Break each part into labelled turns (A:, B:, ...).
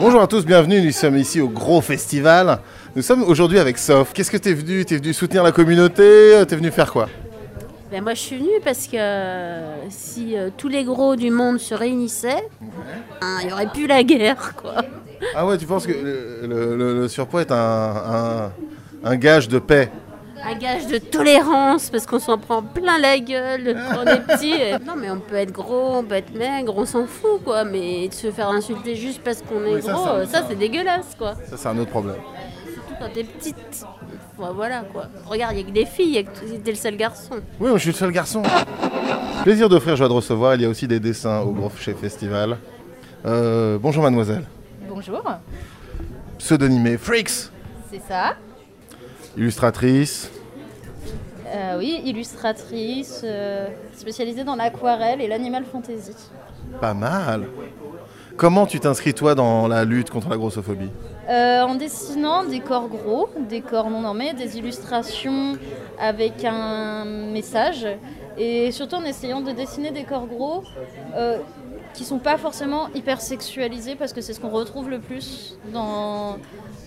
A: Bonjour à tous, bienvenue, nous sommes ici au gros festival. Nous sommes aujourd'hui avec Sof. Qu'est-ce que t'es venu T'es venu soutenir la communauté euh, T'es venu faire quoi
B: Ben moi je suis venue parce que euh, si euh, tous les gros du monde se réunissaient, hein, il n'y aurait plus la guerre quoi.
A: Ah ouais, tu penses que le, le- le- le surpoids est un, un- un gage de paix
B: Un gage de tolérance parce qu'on s'en prend plein la gueule quand on est petit. Et Non mais on peut être gros, on peut être maigre, on s'en fout quoi. Mais de se faire insulter juste parce qu'on est
A: Oui, ça,
B: gros,
A: ça,
B: euh, ça,
A: ça.
B: c'est dégueulasse quoi.
A: Ça, c'est un autre problème.
B: Surtout quand t'es petite. Ouais, voilà quoi. Regarde, il n'y a que des filles, y a que- t'es le seul garçon.
A: Oui, moi, je suis le seul garçon. Plaisir d'offrir, joie de recevoir. Il y a aussi des dessins au gros chez festival. Euh, bonjour mademoiselle.
C: Bonjour,
A: Pseudonymée Freaks,
C: c'est ça.
A: illustratrice.
C: Euh, oui, illustratrice, euh, spécialisée dans l'aquarelle et l'animal fantasy.
A: Pas mal. Comment tu t'inscris toi dans la lutte contre la grossophobie
C: Euh, en dessinant des corps gros, des corps non normés, des illustrations avec un message, et surtout en essayant de dessiner des corps gros euh, qui sont pas forcément hyper sexualisés parce que c'est ce qu'on retrouve le plus dans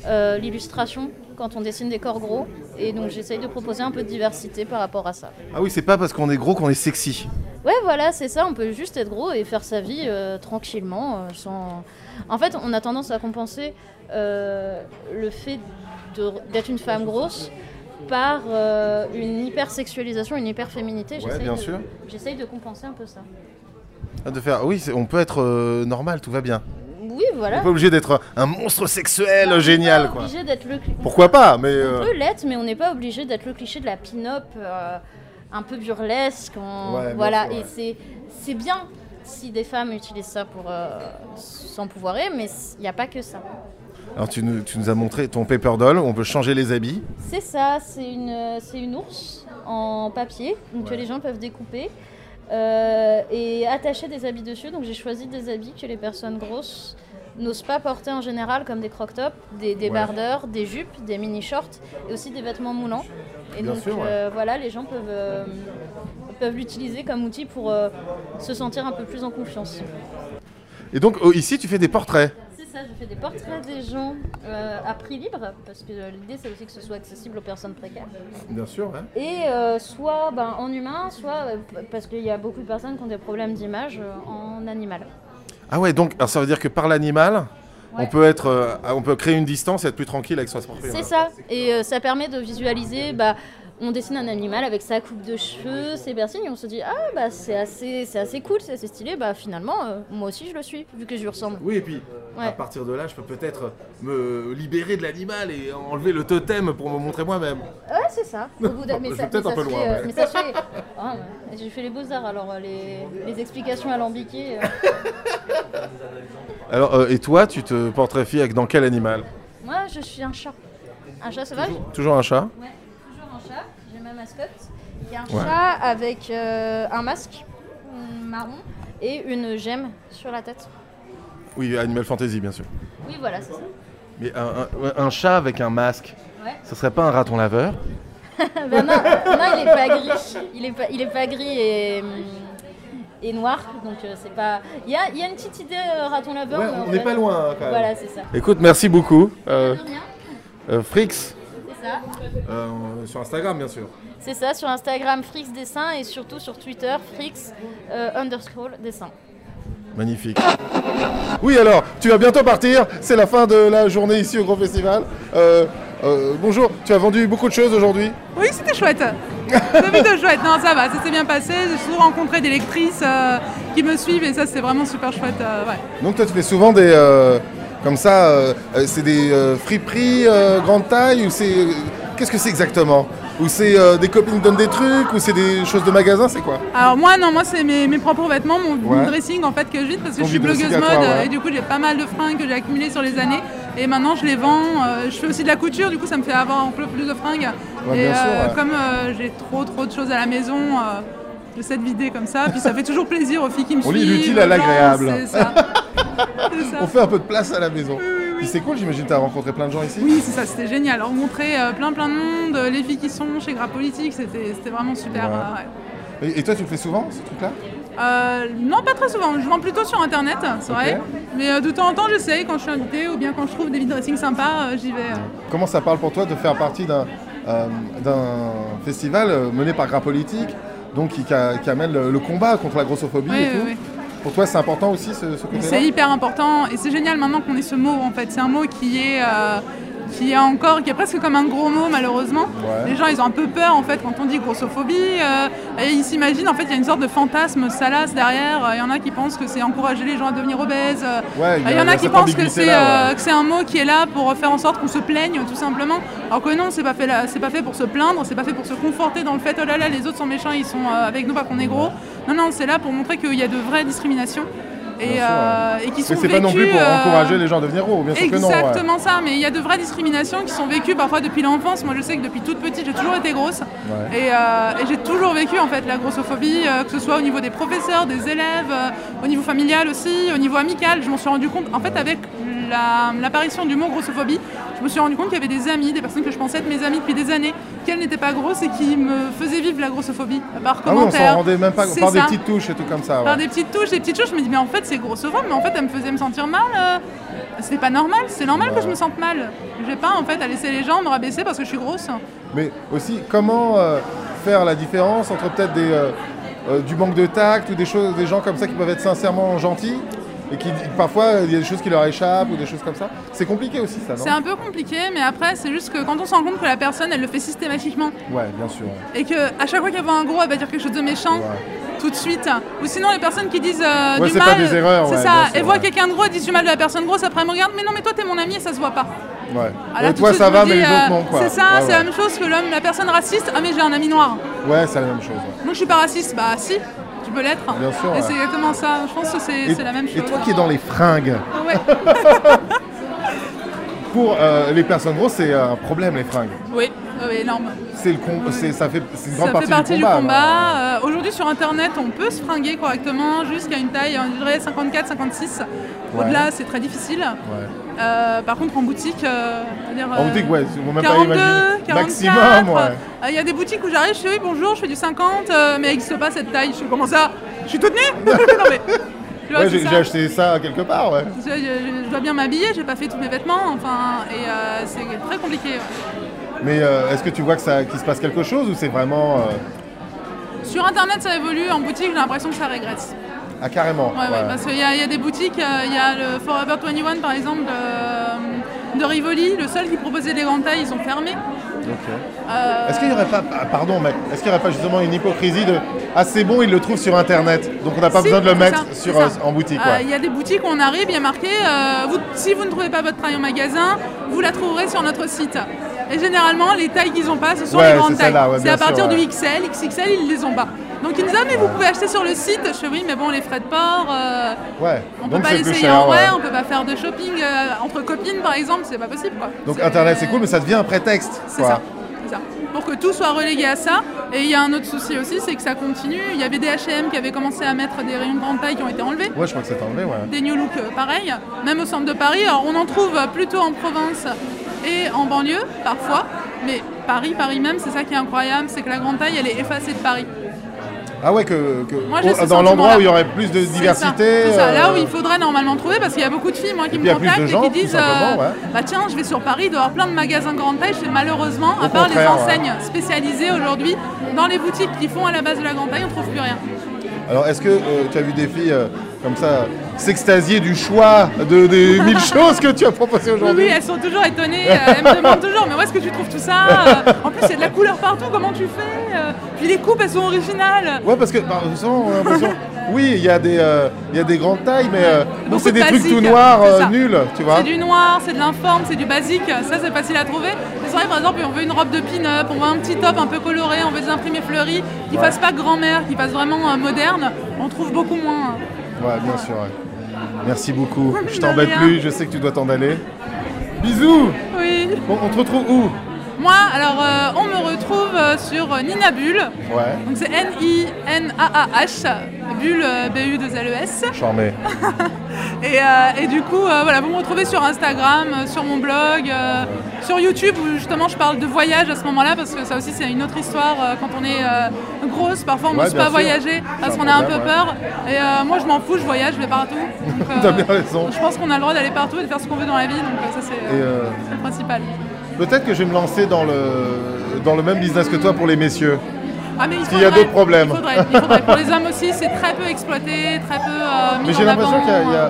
C: euh, l'illustration quand on dessine des corps gros. Et donc j'essaye de proposer un peu de diversité par rapport à ça.
A: Ah oui, c'est pas parce qu'on est gros qu'on est sexy.
C: Ouais, voilà, c'est ça, on peut juste être gros et faire sa vie euh, tranquillement. euh, sans... En fait, on a tendance à compenser euh, le fait de- d'être une femme grosse par euh, une hypersexualisation, une hyperféminité.
A: Ouais,
C: J'essaye
A: bien
C: de-
A: sûr.
C: J'essaye de compenser un peu ça.
A: Ah, De faire, oui, c'est- on peut être euh, normal, tout va bien.
C: Oui,
A: On
C: voilà.
A: n'est pas obligé d'être un monstre sexuel
C: On n'est
A: génial,
C: pas
A: quoi.
C: obligé d'être le cli-
A: Pourquoi pas Mais
C: On
A: euh,
C: peut l'être, mais on n'est pas obligé d'être le cliché de la pin-up euh, un peu burlesque. on-
A: Ouais, bien
C: voilà,
A: sûr, ouais.
C: et c'est- c'est bien si des femmes utilisent ça pour euh, s'empouvoirer, mais il n'y a pas que ça.
A: alors tu nous, tu nous as montré ton paper doll. On peut changer les habits.
C: C'est ça, c'est une, euh, c'est une ours en papier donc, que
A: Ouais.
C: les gens peuvent découper euh, et attacher des habits dessus. Donc j'ai choisi des habits que les personnes grosses n'osent pas porter en général, comme des croc-tops, des débardeurs, des jupes, des mini-shorts et aussi des vêtements moulants. Et
A: Bien
C: donc
A: sûr, ouais.
C: euh, voilà, les gens peuvent, euh, peuvent l'utiliser comme outil pour euh, se sentir un peu plus en confiance.
A: Et donc oh, ici, tu fais des portraits.
C: C'est ça, je fais des portraits des gens euh, à prix libre, parce que euh, l'idée c'est aussi que ce soit accessible aux personnes précaires.
A: Bien sûr.
C: Et euh, soit ben, en humain, soit euh, p- parce qu'il y a beaucoup de personnes qui ont des problèmes d'image euh, en animal.
A: Ah ouais, donc alors ça veut dire que par l'animal, on
C: Ouais.
A: peut être, euh, on peut créer une distance et être plus tranquille avec soi.
C: C'est ça. Et euh, ça permet de visualiser. Bah, on dessine un animal avec sa coupe de cheveux, ses piercings, et on se dit ah bah c'est assez, c'est assez cool, c'est assez stylé. Bah finalement, euh, moi aussi je le suis vu que je lui ressemble.
A: Oui, et puis
C: Ouais. à
A: partir de là, je peux peut-être me libérer de l'animal et enlever le totem pour me montrer moi-même.
C: Ouais, c'est ça. Au bout d'un-
A: Je vais peut-être un peu
C: se
A: loin,
C: fait, euh,
A: ouais.
C: mais ça se fait- Ah, ouais. J'ai fait les beaux arts alors euh, les, les explications alambiquées. euh.
A: Alors, euh, et toi, tu te portrais avec dans quel animal
C: Moi je suis un chat, un chat sauvage.
A: Toujours un chat
C: Ouais, toujours un chat, j'ai ma mascotte. Il y a un
A: Ouais.
C: chat avec euh, un masque mm, marron et une gemme sur la tête.
A: Oui, Animal Fantasy, bien sûr.
C: Oui, voilà, c'est ça.
A: Mais un, un- ouais, un chat avec un masque,
C: Ouais.
A: ce serait pas un raton laveur
C: Ben non, non, il est pas gris. Il est pas, il est pas gris et, mm, et noir, donc euh, c'est pas. Il y a, il y a une petite idée euh, raton laveur. mais en fait-
A: loin hein,
C: Voilà, c'est ça.
A: Écoute, merci beaucoup. Euh,
C: De rien,
A: euh, Frix
C: C'est ça.
A: Euh, Sur Instagram, bien sûr.
C: C'est ça sur Instagram Frix Dessin et surtout sur Twitter Frix euh, underscore Dessin.
A: Magnifique. Oui, alors, tu vas bientôt partir. C'est la fin de la journée ici au Grand Festival. Euh, euh, bonjour, tu as vendu beaucoup de choses aujourd'hui.
D: Oui, c'était chouette. C'était plutôt chouette. Non, ça va, ça s'est bien passé. J'ai souvent rencontré des lectrices euh, qui me suivent et ça, c'est vraiment super chouette. euh, ouais.
A: Donc, toi, tu fais souvent des. euh, comme ça, euh, euh, c'est des euh, friperies euh, grande taille ou c'est. euh, Qu'est-ce que c'est exactement Ou c'est euh, des copines donnent des trucs Ou c'est des choses de magasin C'est quoi
D: Alors, moi, non, moi, c'est mes, mes propres vêtements, mon
A: Ouais.
D: dressing en fait que je vide parce que
A: Ton
D: je suis
A: vide-dressing
D: blogueuse
A: à
D: mode
A: toi, ouais.
D: euh, et du coup, j'ai pas mal de fringues que j'ai accumulées sur les années. Et maintenant, je les vends. euh, je fais aussi de la couture, du coup, ça me fait avoir un peu plus de fringues.
A: Ouais,
D: et
A: bien sûr, ouais.
D: comme euh, j'ai trop, trop de choses à la maison. euh, J'essaie de vider comme ça, puis ça fait toujours plaisir aux filles qui me
A: On lit
D: suivent.
A: l'utile à
D: aux gens,
A: l'agréable.
D: C'est ça. C'est ça.
A: On fait un peu de place à la maison.
D: oui, oui.
A: Et C'est cool, j'imagine, t'as rencontré plein de gens ici.
D: Oui, c'est ça, c'était génial. Rencontrer euh, plein plein de monde, euh, les filles qui sont chez Gras Politique, c'était c'était vraiment super.
A: Ouais.
D: euh, ouais.
A: Et, et toi, tu le fais souvent, ce truc-là
D: Euh, non, pas très souvent. Je vends plutôt sur Internet, c'est vrai.
A: Ok.
D: Mais euh, de temps en temps, j'essaye quand je suis invitée ou bien quand je trouve des vide dressings sympas, euh, j'y vais. euh.
A: Comment ça parle pour toi de faire partie d'un euh, d'un festival euh, mené par Gras Politique, donc qui, qui a- qui amène le, le combat contre la grossophobie
D: Oui,
A: et tout
D: oui, oui.
A: Pour toi, c'est important aussi ce, ce côté-là
D: C'est hyper important et c'est génial maintenant qu'on ait ce mot en fait. C'est un mot qui est, euh, qui est encore, qui est presque comme un gros mot malheureusement.
A: Ouais.
D: Les gens ils ont un peu peur en fait quand on dit grossophobie euh, et ils s'imaginent en fait il y a une sorte de fantasme salace derrière. Euh, Il y en a qui pensent que c'est encourager les gens à devenir obèses. Euh,
A: Ouais,
D: Il y, en a qui
A: cette
D: pensent que c'est
A: ambiguïté-là,
D: euh, que c'est un mot qui est là pour faire en sorte qu'on se plaigne tout simplement. Alors que non, c'est pas fait là- c'est pas fait pour se plaindre, c'est pas fait pour se conforter dans le fait oh là là les autres sont méchants, ils sont euh, avec nous parce qu'on est gros. Non non, c'est là pour montrer qu'il y a de vraies discriminations
A: Bien
D: et,
A: sûr,
D: euh, et qui
A: Mais
D: sont
A: c'est pas non plus
D: vécues,
A: pour
D: euh,
A: encourager les gens à devenir gros, bien sûr que non. ouais. Ah
D: Exactement ça, mais il y a de vraies discriminations qui sont vécues parfois depuis l'enfance. Moi je sais que depuis toute petite j'ai toujours été grosse
A: Ouais.
D: et, euh, et j'ai toujours vécu en fait la grossophobie, euh, que ce soit au niveau des professeurs, des élèves, euh, au niveau familial aussi, au niveau amical. Je m'en suis rendu compte en fait avec la- l'apparition du mot grossophobie, je me suis rendu compte qu'il y avait des amis, des personnes que je pensais être mes amis depuis des années, qu'elles n'étaient pas grosses et qui me faisaient vivre la grossophobie par
A: Ah oui, on
D: commentaires.
A: s'en rendait même pas
D: C'est
A: par des
D: ça
A: petites touches et tout comme ça.
D: par
A: Ah ouais.
D: des petites touches, des petites choses, je me dis mais en fait c'est grossophobe, mais en fait elle me faisait me sentir mal. euh, C'était pas normal, c'est normal que je me sente mal. J'ai pas en fait à laisser les gens me rabaisser parce que je suis grosse.
A: Mais aussi, comment euh, faire la différence entre peut-être des, euh, euh, du manque de tact ou des, choses, des gens comme ça qui peuvent être sincèrement gentils et qui parfois il y a des choses qui leur échappent ou des choses comme ça C'est compliqué aussi ça, non
D: C'est un peu compliqué, mais après c'est juste que quand on se rend compte que la personne elle le fait systématiquement
A: Ouais, bien sûr. ouais.
D: et que à chaque fois qu'elle voit un gros elle va dire quelque chose de méchant. Tout de suite. Ou sinon les personnes qui disent euh,
A: Ouais,
D: du
A: c'est
D: mal.
A: pas des erreurs,
D: c'est
A: ouais, bien
D: ça.
A: sûr,
D: Elles voient
A: ouais.
D: quelqu'un de gros, elles disent du mal de la personne grosse. Après elles me regardent. Mais non, mais toi t'es mon ami et ça se voit pas.
A: Ouais.
D: Ah, là,
A: et
D: tout
A: toi
D: de
A: ça
D: suite, je
A: va,
D: me
A: mais
D: dis,
A: les
D: euh,
A: autres non quoi.
D: C'est ça.
A: Ouais,
D: c'est
A: ouais.
D: la même chose que l'homme, la personne raciste. Ah mais j'ai un ami noir.
A: Ouais, c'est la même chose. ouais.
D: Donc je suis pas raciste, bah si, tu peux l'être.
A: Bien sûr,
D: Et
A: ouais.
D: c'est exactement ça, je pense que c'est
A: Et-
D: c'est la même chose. hein.
A: Et toi qui es dans les fringues,
D: Ah ouais.
A: pour euh, les personnes grosses c'est un problème les fringues.
D: Oui, oui, énorme.
A: C'est le com- c'est- ça fait c'est une grande
D: Ça fait partie du
A: alors. hein.
D: combat. Euh, Aujourd'hui sur internet, on peut se fringuer correctement jusqu'à une taille, on dirait 54-56.
A: Ouais.
D: Au-delà, c'est très difficile.
A: Ouais.
D: Euh, par contre, en boutique, euh, on va dire,
A: En
D: euh,
A: boutique, ouais, on même pas
D: 42,
A: imaginer.
D: 44.
A: Maximum,
D: euh,
A: ouais.
D: Il y a des boutiques où j'arrive, je fais oui, bonjour, je fais du 50, euh, mais elle n'existe pas cette taille. Je suis comment ça Je suis toute nue Non mais. tu vois,
A: Ouais,
D: c'est
A: j'ai
D: ça.
A: j'ai acheté ça quelque part, ouais.
D: Je, euh, je- je dois bien m'habiller, j'ai pas fait tous mes vêtements, enfin, et euh, c'est très compliqué. ouais.
A: Mais euh, est-ce que tu vois que ça, qu'il se passe quelque chose ou c'est vraiment euh,
D: Sur internet ça évolue, en boutique j'ai l'impression que ça régresse.
A: ah, carrément
D: Ouais, ouais,
A: ouais.
D: parce qu'il y, a il y a des boutiques, euh, il y a le Forever 21 par exemple euh, de, de Rivoli, le seul qui proposait des grandes tailles, ils ont fermé.
A: Ok.
D: Euh,
A: Est-ce qu'il n'y aurait pas, ah, pardon, mais est-ce qu'il n'y aurait pas justement une hypocrisie de ah c'est bon, il le trouve sur internet, donc on n'a pas
D: si,
A: besoin de le
D: c'est
A: mettre
D: ça,
A: sur
D: c'est
A: euh,
D: ça.
A: en boutique,
D: Euh,
A: ouais.
D: Il y a des boutiques où on arrive, il y a marqué euh, vous- si vous ne trouvez pas votre taille en magasin, vous la trouverez sur notre site. Et généralement, les tailles qu'ils ont pas, ce sont
A: Ouais,
D: les grandes
A: c'est
D: tailles.
A: celle-là, ouais,
D: c'est
A: bien
D: à partir
A: sûr, ouais.
D: du XL, XXL, ils les ont pas. Donc ils nous disent ah, mais vous pouvez acheter sur le site. Je fais oui, mais bon, les frais de port, euh,
A: Ouais.
D: on
A: donc
D: peut pas
A: c'est plus
D: l'essayer
A: cher.
D: en vrai,
A: ouais.
D: on peut pas faire de shopping euh, entre copines par exemple, c'est pas possible quoi.
A: Donc internet c'est cool, mais ça devient un prétexte.
D: C'est
A: quoi.
D: ça. c'est ça. Pour que tout soit relégué à ça. Et il y a un autre souci aussi, c'est que ça continue. Il y avait des HM qui avaient commencé à mettre des rayons de grande taille qui ont été enlevés
A: Ouais, je crois que c'est enlevé, ouais.
D: des new looks euh, pareil, même au centre de Paris. Alors on en trouve euh, plutôt en province et en banlieue parfois, mais Paris, Paris même, c'est ça qui est incroyable, c'est que la grande taille elle est effacée de Paris.
A: Ah ouais, que, que-
D: Moi, j'ai
A: au-
D: ce
A: dans l'endroit
D: sentiment-là.
A: où il y aurait plus de
D: C'est
A: diversité.
D: ça, c'est ça. Là
A: euh,
D: où il faudrait normalement trouver, parce qu'il y a beaucoup de filles moi qui
A: puis, il y
D: me
A: a plus de
D: contactent
A: gens,
D: et
A: tout
D: qui disent
A: simplement, ouais.
D: bah tiens je vais sur Paris, il doit y avoir plein de magasins de grande taille, Je fais, malheureusement,
A: Au
D: à part les
A: contraire, ouais.
D: enseignes spécialisées aujourd'hui, dans les boutiques qui font à la base de la grande taille, on trouve plus rien.
A: Alors, est-ce que euh, tu as vu des filles euh, comme ça euh, s'extasier du choix de, des mille choses que tu as proposées
D: Oui,
A: aujourd'hui
D: oui, elles sont toujours étonnées. euh, Elles me demandent toujours, mais où est-ce que tu trouves tout ça Euh, En plus, il y a de la couleur partout, comment tu fais Euh, Puis les coupes, elles sont originales.
A: Ouais, parce que bah, par souvent, Ah, on a l'impression. Oui, il y, a des, euh, il y a des grandes tailles, mais euh, bon,
D: Beaucoup
A: c'est
D: de
A: des trucs
D: basiques,
A: tout noirs,
D: c'est
A: euh,
D: ça.
A: nuls, tu vois.
D: C'est du noir, c'est de l'informe, c'est du basique, ça c'est facile à trouver. Mais c'est vrai, par exemple, on veut une robe de pin-up, on veut un petit top un peu coloré, on veut des imprimés fleuris, qui
A: Ouais.
D: fassent pas grand-mère, qui fassent vraiment euh, moderne, on trouve beaucoup moins.
A: Ouais, bien sûr. ouais. Merci beaucoup. Je
D: De
A: t'embête
D: rien.
A: plus, je sais que tu dois t'en aller. Bisous
D: Oui.
A: Bon, On te retrouve où
D: Moi, alors, euh, on me retrouve euh, sur euh, Nina Bull.
A: Ouais.
D: Donc c'est N-I-N-A-A-H, Bulle euh, BU2LES.
A: Charmé.
D: Et, euh, et du coup, euh, voilà, vous me retrouvez sur Instagram, euh, sur mon blog, euh, sur YouTube où justement je parle de voyage à ce moment-là parce que ça aussi c'est une autre histoire euh, quand on est euh, grosse, parfois on
A: Ouais,
D: n'ose
A: bien
D: pas
A: sûr.
D: voyager
A: C'est
D: parce
A: un
D: qu'on a un peu
A: problème,
D: peur. Et euh, moi je m'en fous, je voyage, je vais partout. Donc, euh,
A: T'as bien raison.
D: Je pense qu'on a le droit d'aller partout et de faire ce qu'on veut dans la vie, donc euh, ça c'est
A: Et,
D: euh,
A: euh,
D: c'est le principal.
A: Peut-être que je vais me lancer dans le, dans le même business que toi pour les messieurs.
D: Ah mais il
A: qu'il y a
D: faudrait-
A: d'autres problèmes.
D: Il faudrait, il faudrait. Pour les hommes aussi c'est très peu exploité, très peu euh, mis
A: Mais j'ai
D: en avant,
A: l'impression qu'il y a- il y a-
D: euh,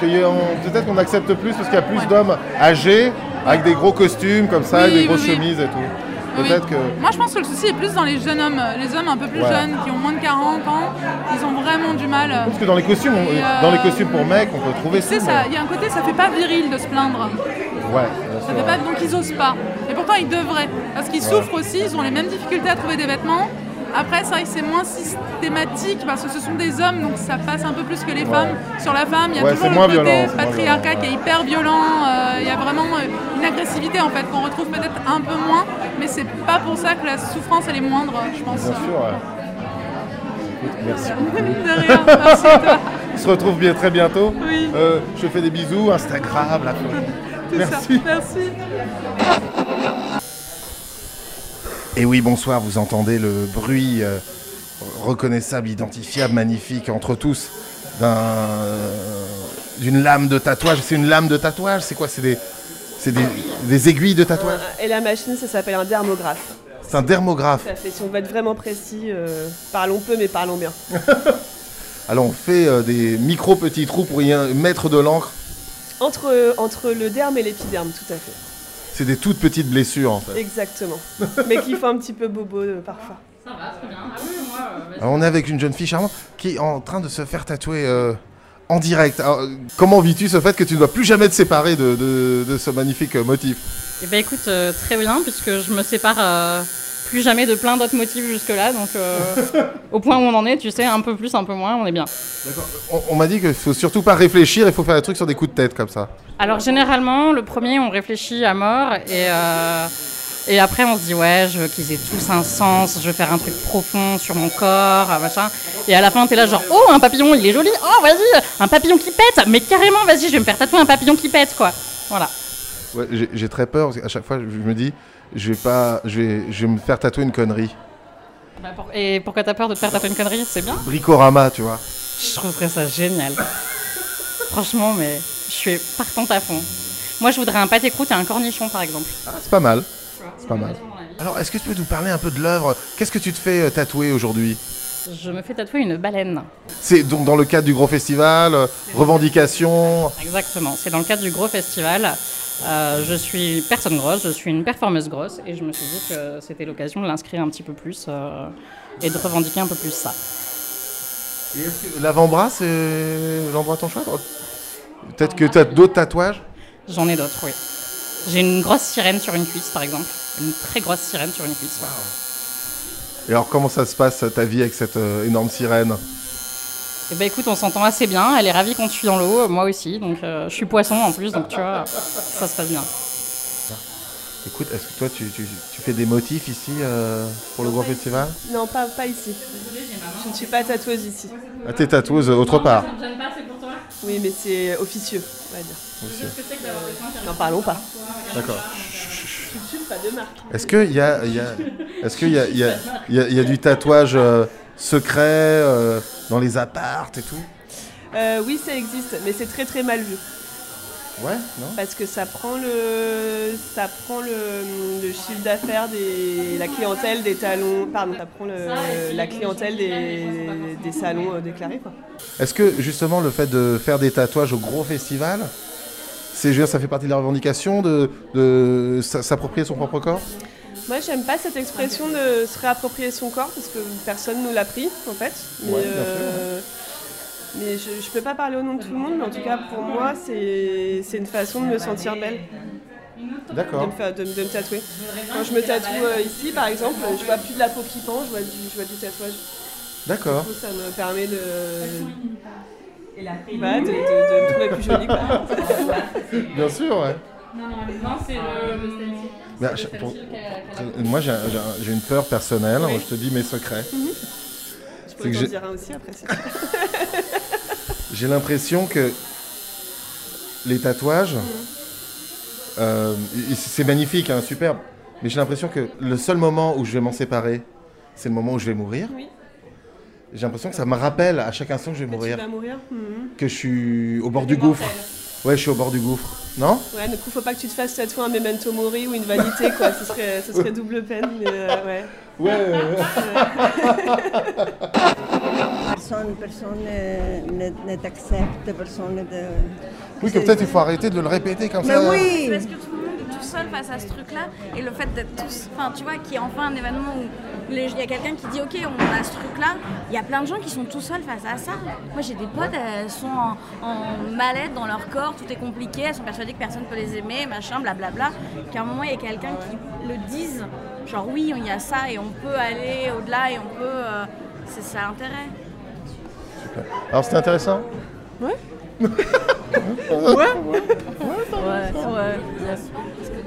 A: qu'il y a- on- peut-être qu'on accepte plus parce qu'il y a plus
D: Ouais.
A: d'hommes âgés avec des gros costumes comme ça,
D: Oui,
A: avec des
D: oui,
A: grosses
D: oui.
A: chemises et tout.
D: Ah Oui.
A: Peut-être que.
D: Moi, je pense que le souci est plus dans les jeunes hommes. euh, Les hommes un peu plus
A: Ouais.
D: jeunes, qui ont moins de 40 ans, ils ont vraiment du mal.
A: Parce que dans les costumes, on-
D: Et, euh,
A: dans les costumes pour mecs, on peut trouver
D: Tu sais,
A: tout,
D: ça-
A: mais-
D: il y a un côté, ça fait pas viril de se plaindre.
A: Ouais, bien
D: Ça
A: sûr,
D: fait pas,
A: ouais.
D: donc ils osent pas. Et pourtant, ils devraient. Parce qu'ils souffrent aussi, ils ont les mêmes difficultés à trouver des vêtements. Après, c'est vrai que c'est moins systématique parce que ce sont des hommes, donc ça passe un peu plus que les femmes. Sur la femme, il y a
A: Ouais,
D: toujours
A: c'est
D: le
A: moins
D: côté
A: violent, c'est moins
D: patriarcat
A: violent,
D: qui est hyper violent. euh, Il y a vraiment euh, une agressivité en fait qu'on retrouve peut-être un peu moins, mais c'est pas pour ça que la souffrance elle est moindre, je pense.
A: Bien sûr, ouais. Écoute, Merci.
D: hein. De rien, merci à toi.
A: On se retrouve bien très bientôt.
D: Oui.
A: Euh, je te fais des bisous, Instagram, la
D: Tout ça.
A: Merci.
D: Merci.
A: Et oui, bonsoir, vous entendez le bruit euh, reconnaissable, identifiable, magnifique entre tous d'un euh, d'une lame de tatouage. C'est une lame de tatouage, c'est quoi C'est des, c'est des, des aiguilles de tatouage
E: Euh, Et la machine, ça s'appelle un dermographe.
A: C'est un dermographe.
E: Tout à fait. Si on veut être vraiment précis, euh, parlons peu, mais parlons bien.
A: Alors on fait euh, des micro petits trous pour y euh, mettre de l'encre.
E: Entre, entre le derme et l'épiderme, tout à fait.
A: C'est des toutes petites blessures en fait.
E: Exactement. mais qui font un petit peu bobo euh, parfois.
A: Alors on est avec une jeune fille charmante qui est en train de se faire tatouer euh, en direct. Alors, euh, comment vis-tu ce fait que tu ne dois plus jamais te séparer de, de- de ce magnifique euh, motif
F: Eh ben écoute, euh, très bien, puisque je me sépare euh, plus jamais de plein d'autres motifs jusque-là, donc euh, au point où on en est, tu sais, un peu plus, un peu moins, on est bien.
A: On, on m'a dit qu'il faut surtout pas réfléchir, il faut faire des trucs sur des coups de tête comme ça.
F: Alors généralement, le premier, on réfléchit à mort, et, euh, et après on se dit, ouais, je veux qu'ils aient tous un sens, je veux faire un truc profond sur mon corps, euh, machin. Et à la fin, t'es là genre, oh, un papillon, il est joli, oh, vas-y, un papillon qui pète, mais carrément, vas-y, je vais me faire tatouer un papillon qui pète, quoi. Voilà.
A: Ouais, j'ai- j'ai très peur parce qu'à chaque fois je me dis je vais pas je vais, je vais me faire tatouer une connerie.
F: Bah, pour- Et pourquoi t'as peur de te faire taper une connerie C'est bien.
A: Bricorama, tu vois.
F: Je trouverais ça génial. Franchement, mais je suis partante à fond. Moi, je voudrais un pâté croûte et un cornichon, par exemple.
A: Ah, c'est pas mal. C'est pas mal. Alors, est-ce que tu peux nous parler un peu de l'œuvre Qu'est-ce que tu te fais euh, tatouer aujourd'hui
F: Je me fais tatouer une baleine.
A: C'est donc dans le cadre du gros festival, euh, revendications.
F: Exactement. C'est dans le cadre du gros festival. Euh, je suis personne grosse, je suis une performeuse grosse, et je me suis dit que c'était l'occasion de l'inscrire un petit peu plus euh, et de revendiquer un peu plus ça.
A: Et est-ce que L'avant-bras, c'est l'endroit de ton choix Peut-être que tu as d'autres tatouages
F: J'en ai d'autres, oui. J'ai une grosse sirène sur une cuisse, par exemple. Une très grosse sirène sur une cuisse. ouais.
A: Et alors, comment ça se passe ta vie avec cette euh, énorme sirène
F: Eh ben écoute, on s'entend assez bien. Elle est ravie quand je suis dans l'eau, moi aussi. Donc euh, je suis poisson en plus, donc tu vois, ça se passe bien.
A: Écoute, est-ce que toi, tu, tu- tu fais des motifs ici euh, pour le gros festival
E: Non, pas, pas ici. Je ne suis pas tatoueuse ici.
A: Ah, t'es tatoueuse autre part.
E: Oui, mais c'est officieux, on va dire. N'en parlons pas.
A: D'accord.
E: Pas de marque.
A: Est-ce qu'il y a, il y a- est-ce qu'il y a, il y a- il y a- il y a du tatouage euh, secret euh, dans les appartes et tout
E: Euh, oui, ça existe, mais c'est très très mal vu.
A: Ouais, non
E: Parce que ça prend le, ça prend le, le chiffre d'affaires des, la clientèle des talons, pardon, ça prend le- la clientèle des, des salons euh, déclarés quoi.
A: Est-ce que justement le fait de faire des tatouages au gros festival, c'est, je veux dire, ça fait partie de la revendication de, de s'a- s'approprier son propre corps
E: Moi, j'aime pas cette expression de se réapproprier son corps parce que personne nous l'a pris en fait. Mais,
A: Ouais, bien sûr,
E: euh, mais je, je peux pas parler au nom de tout le monde, mais en tout cas pour moi, c'est c'est une façon de me sentir belle. de
A: D'accord.
E: me, faire- de me- de me tatouer. Quand je me tatoue euh, ici, par exemple, je
G: Ah,
E: vois plus de la peau qui pend, je vois du, je vois du tatouage.
A: D'accord.
E: Du coup, ça me permet de. Bah, de, de- de me trouver plus jolie. quoi.
A: Bien sûr, ouais.
F: Non, c'est le.
A: Mais à chaque- pour- pour- moi, j'ai, j'ai- j'ai une peur personnelle. Je te dis mes secrets.
E: Je
A: C'est
E: pourrais
A: que
E: t'en
A: j'ai-
E: dire un aussi après. si-
A: J'ai l'impression que les tatouages, euh, et- et c'est magnifique, hein, superbe, mais j'ai l'impression que le seul moment où je vais m'en séparer, c'est le moment où je vais mourir.
E: Oui.
A: J'ai l'impression que ça me rappelle à chaque instant que je vais
E: Tu
A: mourir,
E: vas mourir Mhm.
A: que je suis au bord du
E: T'es
A: gouffre.
E: mortel.
A: Ouais, je suis au bord du gouffre, non
E: Ouais, du coup, faut pas que tu te fasses tatouer un memento mori ou une vanité, quoi. Ce serait, ce serait double peine, mais euh, ouais.
A: Ouais.
H: Personne, personne euh, ne, ne t'accepte, personne ne...
A: Oui, comme ça, il faut arrêter de le répéter comme
H: Mais
A: ça.
H: oui
I: Parce que tout le monde est tout seul face à ce truc-là, et le fait d'être tous, enfin tu vois, qu'il y ait enfin un événement où les- il y a quelqu'un qui dit ok, on a ce truc-là, il y a plein de gens qui sont tout seuls face à ça. Moi j'ai des potes, elles sont en, en mal-être dans leur corps, tout est compliqué, elles sont persuadées que personne peut les aimer, machin, blablabla, qu'à un moment il y a quelqu'un qui le dise, genre oui, il y a ça, et on peut aller au-delà, et on peut... euh, c'est ça l'intérêt.
A: Alors, c'était intéressant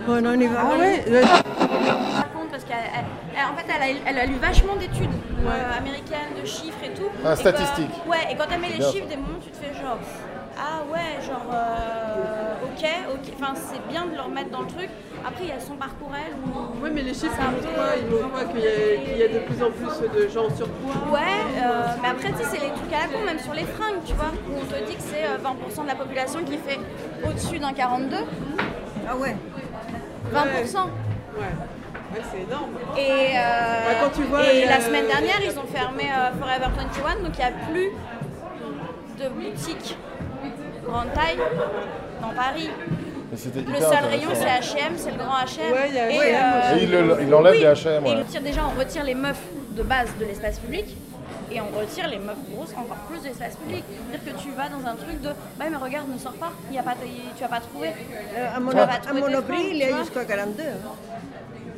H: Bon, on y va.
I: Ah raconte parce qu'elle elle- elle- en fait elle a, elle a lu vachement d'études euh, américaines, de chiffres et tout.
A: Ah,
I: Et
A: statistique.
I: que- ouais, et quand elle met les
A: Bien.
I: chiffres, des moments tu te fais genre ah ouais, genre euh, ok, ok, enfin c'est bien de leur mettre dans le truc. Après il y a son parcours à elle où
J: Oui, mais les chiffres, ils
I: Ça
J: montrent quoi Ils montrent quoi qu'il y, a- qu'il y a de plus euh? en plus de gens en surpoids
I: Ouais, euh, mais après, tu sais, c'est les trucs à la con, même sur les fringues, tu vois, où on te dit que c'est euh, 20% de la population qui fait au-dessus d'un 42,
H: Ah ouais
I: 20%.
J: Ouais, Ouais, c'est énorme.
I: Et, euh,
J: Bah, quand tu vois,
I: et
J: il y a-
I: la semaine dernière, ils ont fermé euh, Forever 21, donc il n'y a plus de boutique grande taille dans Paris.
A: Mais c'était
I: Le
A: hyper
I: seul
A: intéressant.
I: rayon, c'est HM, c'est le grand HM.
J: Ouais, il y a
I: et,
J: H&M
A: Et il le- il enlève
I: oui,
A: les H&M,
I: Et
A: ouais.
I: il tire- déjà, on retire les meufs de base de l'espace public. Et on retire les meufs grosses encore plus de l'espace public. C'est-à-dire que tu vas dans un truc de bah mais regarde ne sors pas, il y a pas tu vas pas trouver.
H: Euh, à,
I: Tu
H: mon,
I: vas pas
H: à
I: trouver tes
H: Monoprix,
I: fringues,
H: il y
I: tu
H: a
I: vois.
H: jusqu'à hein. 42.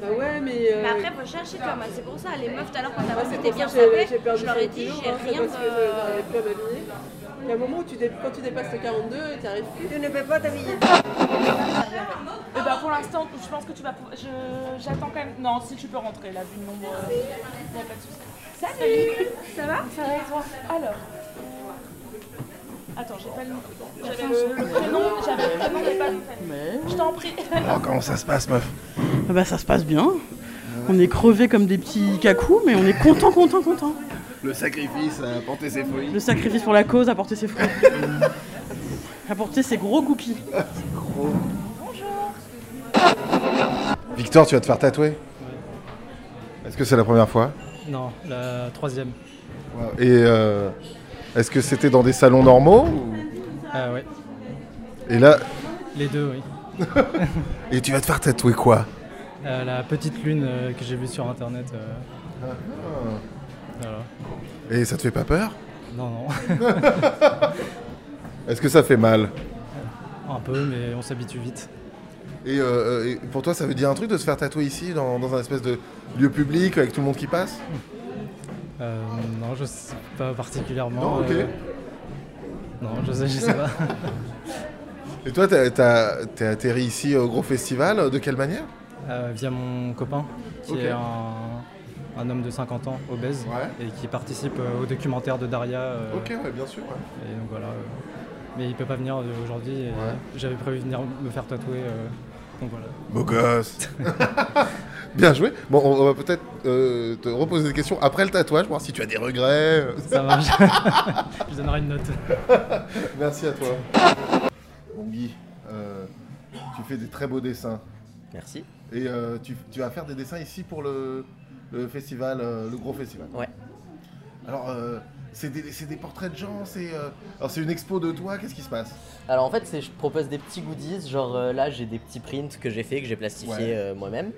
J: Bah ouais, mais. euh,
I: Mais après, faut chercher, toi. Moi, c'est pour ça. Les meufs, tout à l'heure, quand
J: moi,
I: t'as
J: c'est
I: vu que
J: pour
I: t'es
J: ça
I: bien
J: que j'ai-
I: sapée,
J: j'ai perdu
I: je leur ai
J: 5
I: dit,
J: kilos,
I: j'ai
J: hein, c'est
I: rien
J: parce que je
I: de.
J: n'arrive plus à m'habiller. Il y a un moment où tu dé- quand tu dépasses les 42, tu arrives plus.
H: Tu ne peux pas t'habiller.
K: Eh ben, pour l'instant, je pense que tu vas. pouvoir- je- J'attends quand même. Non, si tu peux rentrer là, vu le nombre. euh, y a pas de souci. Salut Ça va Ça va et toi Alors Attends, j'ai pas le nom. J'avais le, le prénom, j'avais le prénom, mais pas le nom. Je t'en prie.
A: Oh, comment ça se passe, meuf
K: Bah, ça se passe bien. On est crevés comme des petits cacous, mais on est content, content, content.
A: Le sacrifice à porter ses folies.
K: Le sacrifice pour la cause, apporter ses fruits. apporter ses gros cookies.
A: Victor, tu vas te faire tatouer Est-ce que c'est la première fois
L: Non, la troisième.
A: Et euh, est-ce que c'était dans des salons normaux ou-
L: Ah ouais,
A: Et là,
L: les deux, oui.
A: et tu vas te faire tatouer quoi
L: Euh, la petite lune euh, que j'ai vue sur internet. euh, voilà.
A: Et ça te fait pas peur
L: Non, non,
A: Est-ce que ça fait mal
L: un peu, mais on s'habitue vite.
A: et, euh, et pour toi, ça veut dire un truc de se faire tatouer ici, dans, dans un espèce de lieu public avec tout le monde qui passe
L: Euh, non, je sais pas particulièrement.
A: Non, ok.
L: euh, non, je sais, je sais pas.
A: Et toi, t'as- t'as- t'es atterri ici au gros festival, de quelle manière
L: Euh, via mon copain, qui
A: Ok.
L: est un, un homme de 50 ans, obèse,
A: Ouais.
L: et qui participe euh, au documentaire de Daria. euh,
A: Ok, ouais, bien sûr. ouais.
L: Et donc voilà. euh, mais il peut pas venir euh, aujourd'hui. et
A: Ouais.
L: J'avais prévu de venir me faire tatouer. euh, donc voilà.
A: Beau gosse Bien joué. Bon, on on va peut-être euh, te reposer des questions après le tatouage, voir si tu as des regrets.
L: Ça marche. je donnerai une note.
A: Merci à toi. Bon Guy, euh, tu fais des très beaux dessins.
M: Merci.
A: Et euh, tu, tu vas faire des dessins ici pour le, le festival, euh, le gros festival.
M: Ouais.
A: Alors, euh, c'est des, c'est des portraits de gens, c'est euh, alors c'est une expo de toi, qu'est-ce qui se passe
M: Alors en fait, c'est- je propose des petits goodies. Genre euh, là, j'ai des petits prints que j'ai fait, que j'ai plastifiés
A: Ouais.
M: euh, moi-même.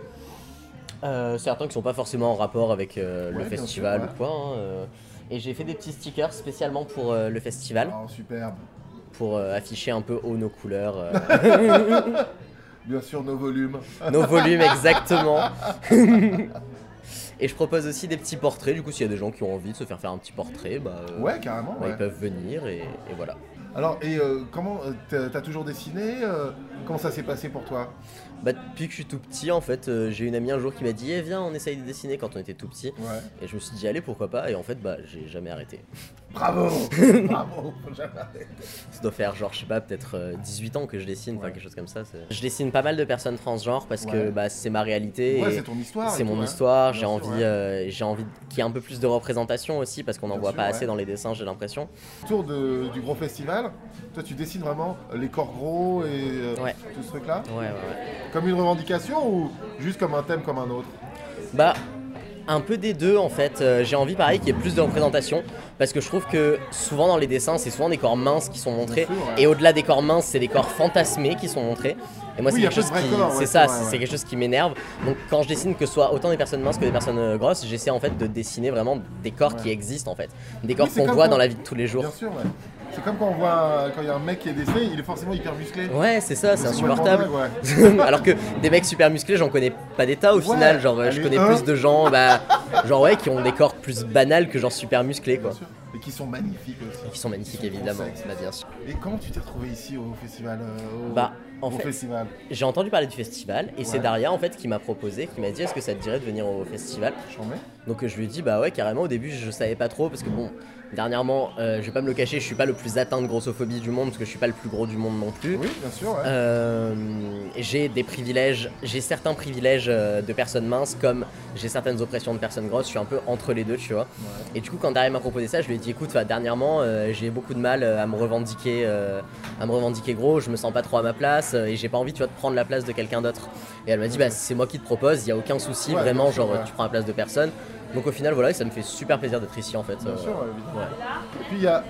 M: Euh, certains qui sont pas forcément en rapport avec euh,
A: Ouais,
M: le
A: bien
M: festival
A: sûr, ouais.
M: ou quoi. hein, euh. et j'ai fait des petits stickers spécialement pour euh, le festival,
A: Oh, superbe.
M: pour euh, afficher un peu haut nos couleurs,
A: Bien sûr, nos volumes.
M: euh, nos volumes exactement. et je propose aussi des petits portraits. Du coup, s'il y a des gens qui ont envie de se faire faire un petit portrait, bah, euh,
A: Ouais, carrément.
M: bah,
A: ouais.
M: ils peuvent venir et- et voilà.
A: Alors, et euh, comment euh, t'as- t'as toujours dessiné euh, Comment ça s'est passé pour toi
M: Bah, depuis que je suis tout petit, en fait, euh, j'ai une amie un jour qui m'a dit Eh, viens, on essaye de dessiner quand on était tout petit. Et je me suis dit Allez, pourquoi pas Et en fait, bah, j'ai jamais arrêté.
A: Bravo Bravo Faut jamais arrêter.
M: Ça doit faire genre, je sais pas, peut-être euh, 18 ans que je dessine, enfin quelque chose comme ça. c'est- Je dessine pas mal de personnes transgenres parce que
A: Ouais.
M: bah, c'est ma réalité.
A: Ouais,
M: et
A: c'est ton histoire et
M: C'est
A: tout,
M: mon
A: ouais.
M: histoire,
A: Bien
M: j'ai
A: sûr,
M: envie,
A: ouais.
M: euh, j'ai envie qu'il y ait un peu plus de représentation aussi parce qu'on n'en
A: Bien
M: voit
A: sûr,
M: pas
A: ouais.
M: assez dans les dessins, j'ai l'impression.
A: Autour de- du gros festival, toi tu dessines vraiment les corps gros et euh, tout ce truc-là
M: Ouais, ouais, ouais.
A: Comme une revendication ou juste comme un thème comme un autre
M: Bah, un peu des deux en fait. Euh, j'ai envie pareil qu'il y ait plus de représentation parce que je trouve que souvent dans les dessins, c'est souvent des corps minces qui sont montrés
A: Bien sûr, ouais.
M: et au-delà des corps minces, c'est des corps fantasmés qui sont montrés. Et moi,
A: Oui,
M: c'est
A: y a
M: quelque
A: peu de
M: chose
A: vrais
M: qui,
A: corps,
M: c'est
A: ouais, c'est
M: ça,
A: vrai,
M: c'est
A: ouais.
M: quelque chose qui m'énerve. Donc, quand je dessine que ce soit autant des personnes minces que des personnes euh, grosses, j'essaie en fait de dessiner vraiment des corps qui existent en fait, des corps
A: Oui, c'est
M: qu'on
A: comme
M: voit
A: quand-
M: dans la vie de tous les jours.
A: Bien sûr, ouais. C'est comme quand on voit un- quand il y a un mec qui est dessiné, il est forcément hyper musclé.
M: Ouais, c'est ça, c'est
A: complètement
M: insupportable.
A: dingue, ouais.
M: Alors que des mecs super musclés, j'en connais pas des tas au
A: Ouais,
M: final. Genre, euh,
A: allez,
M: je
A: hein.
M: connais
A: un.
M: plus de gens, bah, genre ouais, qui ont des corps plus banals que genre super musclés quoi.
A: Et qui sont magnifiques aussi.
M: qui sont magnifiques évidemment, bah, bien sûr.
A: Et comment tu t'es retrouvé ici au festival euh, au-
M: Bah, en
A: au
M: fait,
A: festival
M: j'ai entendu parler du festival et c'est
A: Ouais.
M: Daria en fait qui m'a proposé, qui m'a dit est-ce que ça te dirait de venir au festival
A: mets.
M: Donc euh, je lui ai dit bah ouais carrément au début je savais pas trop parce que bon dernièrement euh, je vais pas me le cacher je suis pas le plus atteint de grossophobie du monde parce que je suis pas le plus gros du monde non plus. Euh,
A: Oui bien sûr. ouais.
M: j'ai des privilèges, j'ai certains privilèges euh, de personnes minces comme j'ai certaines oppressions de personnes grosses. Je suis un peu entre les deux tu vois. Et du coup quand Daria m'a proposé ça je lui ai dit écoute bah, dernièrement euh, j'ai beaucoup de mal euh, à me revendiquer euh, à me revendiquer gros je me sens pas trop à ma place euh, et j'ai pas envie tu vois de prendre la place de quelqu'un d'autre. Et elle m'a dit bah c'est moi qui te propose il y a aucun souci
A: Ouais,
M: vraiment
A: bien sûr,
M: genre euh,
A: ouais.
M: tu prends la place de personne. Donc au final voilà ça me fait super plaisir d'être ici en fait.
A: Bien
M: euh,
A: sûr, ouais, évidemment.
M: ouais.
A: Et puis il y a.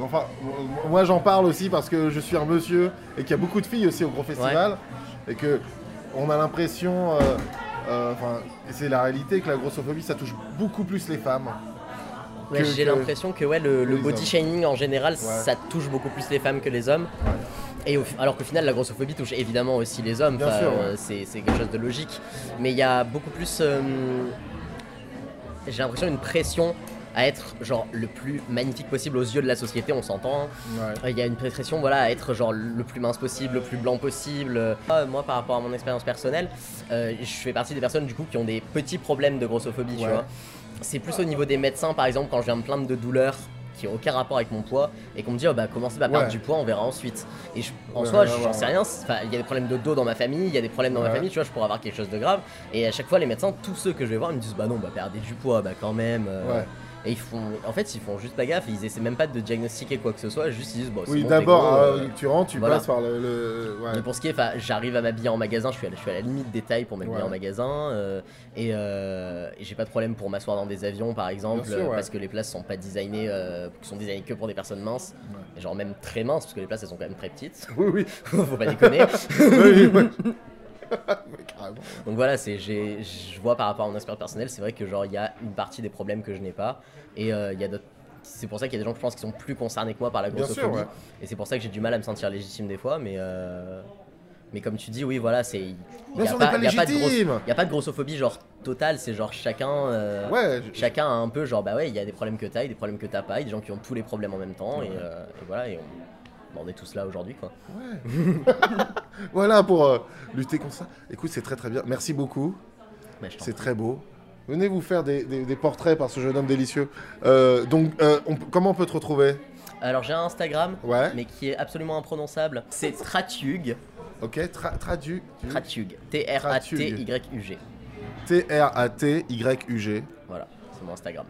A: Enfin, m- moi j'en parle aussi parce que je suis un monsieur et qu'il y a beaucoup de filles aussi au gros festival. Et que on a l'impression. euh, euh, Enfin, c'est la réalité que la grossophobie ça touche beaucoup plus les femmes.
M: Ouais,
A: que-
M: J'ai
A: que-
M: l'impression que ouais, le,
A: que
M: le
A: les
M: body
A: hommes.
M: shaming en général,
A: Ouais.
M: ça touche beaucoup plus les femmes que les hommes. Et au- alors qu'au final, la grossophobie touche évidemment aussi les hommes.
A: Bien
M: Enfin,
A: sûr, ouais.
M: euh, c'est c'est quelque chose de logique. Mais il y a beaucoup plus. euh, J'ai l'impression une pression à être genre le plus magnifique possible aux yeux de la société, on s'entend. hein. Euh, Il y a une pression voilà, à être genre le plus mince possible, le plus blanc possible. Euh, Moi, par rapport à mon expérience personnelle, euh, je fais partie des personnes du coup qui ont des petits problèmes de grossophobie, tu
A: Ouais.
M: vois. C'est plus au niveau des médecins, par exemple, quand je viens me plaindre de douleurs qui n'ont aucun rapport avec mon poids et qu'on me dit oh, bah commencez par perdre
A: Ouais.
M: du poids, on verra ensuite. Et je- en
A: Ouais,
M: soi,
A: ouais,
M: j'en
A: ouais,
M: sais
A: ouais.
M: rien. c'est- enfin, Il y a des problèmes de dos dans ma famille, il y a des problèmes dans ma
A: Ouais.
M: famille, tu vois, je pourrais avoir quelque chose de grave. Et à chaque fois, les médecins, tous ceux que je vais voir, ils me disent bah non, bah perdez du poids, bah quand même. euh,
A: Ouais.
M: Et ils font, en fait, ils font juste pas gaffe, ils essaient même pas de diagnostiquer quoi que ce soit, juste ils disent bon, c'est
A: Oui,
M: bon, t'es
A: d'abord,
M: gros,
A: euh,
M: euh,
A: tu rentres, tu
M: voilà.
A: passes par le. le- ouais.
M: Mais pour ce qui est, enfin, j'arrive à m'habiller en magasin, je suis, à, la- je suis à la limite des tailles pour m'habiller
A: Ouais.
M: en magasin. euh, et euh, et j'ai pas de problème pour m'asseoir dans des avions, par exemple,
A: Bien sûr,
M: euh,
A: ouais.
M: parce que les places sont pas designées, euh, sont designées que pour des personnes minces, et genre même très minces, parce que les places elles sont quand même très petites.
A: Oui, oui.
M: Faut pas déconner.
A: Oui, oui.
M: Donc voilà, c'est, j'ai, je vois par rapport à mon aspect personnel, c'est vrai que genre il y a une partie des problèmes que je n'ai pas, et euh, il y a d'autres. C'est pour ça qu'il y a des gens que je pense qui sont plus concernés que moi par la
A: Bien
M: grossophobie,
A: sûr, ouais.
M: et c'est pour ça que j'ai du mal à me sentir légitime des fois, mais. euh, Mais comme tu dis, oui, voilà, c'est. Il
A: Bien
M: n'y a,
A: sûr, on
M: pas-
A: n'est pas
M: il y a pas de grosse-
A: légitime.
M: il y a pas de grossophobie genre totale, c'est genre chacun. euh,
A: Ouais,
M: chacun a un peu genre, bah ouais, il y a des problèmes que t'as, il y a des problèmes que t'as pas, il y a des gens qui ont tous les problèmes en même temps, et,
A: Ouais.
M: euh, et voilà, et on, bah, on est tous là aujourd'hui quoi.
A: Voilà pour euh, lutter contre ça. Écoute, c'est très très bien. Merci beaucoup.
M: Mais je t'en
A: C'est très beau. Venez vous faire des, des- des portraits par ce jeune homme délicieux. Euh, donc, euh, on- comment on peut te retrouver
M: Alors j'ai un Instagram,
A: Ouais.
M: mais qui est absolument imprononçable. C'est Tratug.
A: Ok, tra- tradu.
M: Tratug. T-R-A-T-Y-U-G.
A: T-R-A-T-Y-U-G.
M: Voilà, c'est mon Instagram.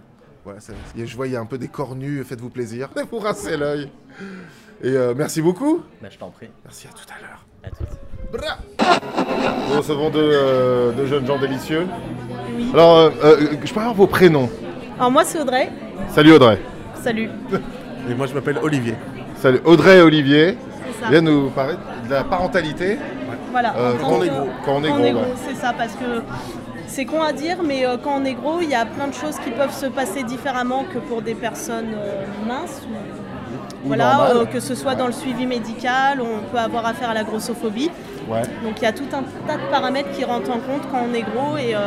A: Ouais, ça- je vois, il y a un peu des cornus, faites-vous plaisir. Vous rincez l'œil. Et euh, merci beaucoup.
M: Bah, je t'en prie.
A: Merci à tout à l'heure.
M: À toutes.
A: Nous recevons deux, euh, deux jeunes gens délicieux. Alors, euh, euh, je peux avoir vos prénoms
G: Alors moi c'est Audrey.
A: Salut Audrey.
G: Salut.
A: Et moi, je m'appelle Olivier. Salut Audrey et Olivier.
G: C'est ça.
A: Viens nous parler de la parentalité.
G: Voilà.
A: Euh,
G: en tant
A: quand on est
G: que-
A: gros. Quand on est gros, ouais.
G: c'est ça, parce que c'est con à dire, mais euh, quand on est gros, il y a plein de choses qui peuvent se passer différemment que pour des personnes euh, minces. ou-
A: Ou
G: Voilà,
A: normales.
G: euh, que ce soit dans le suivi médical, on peut avoir affaire à la grossophobie.
A: Ouais.
G: Donc il y a tout un tas de paramètres qui rentrent en compte quand on est gros et euh,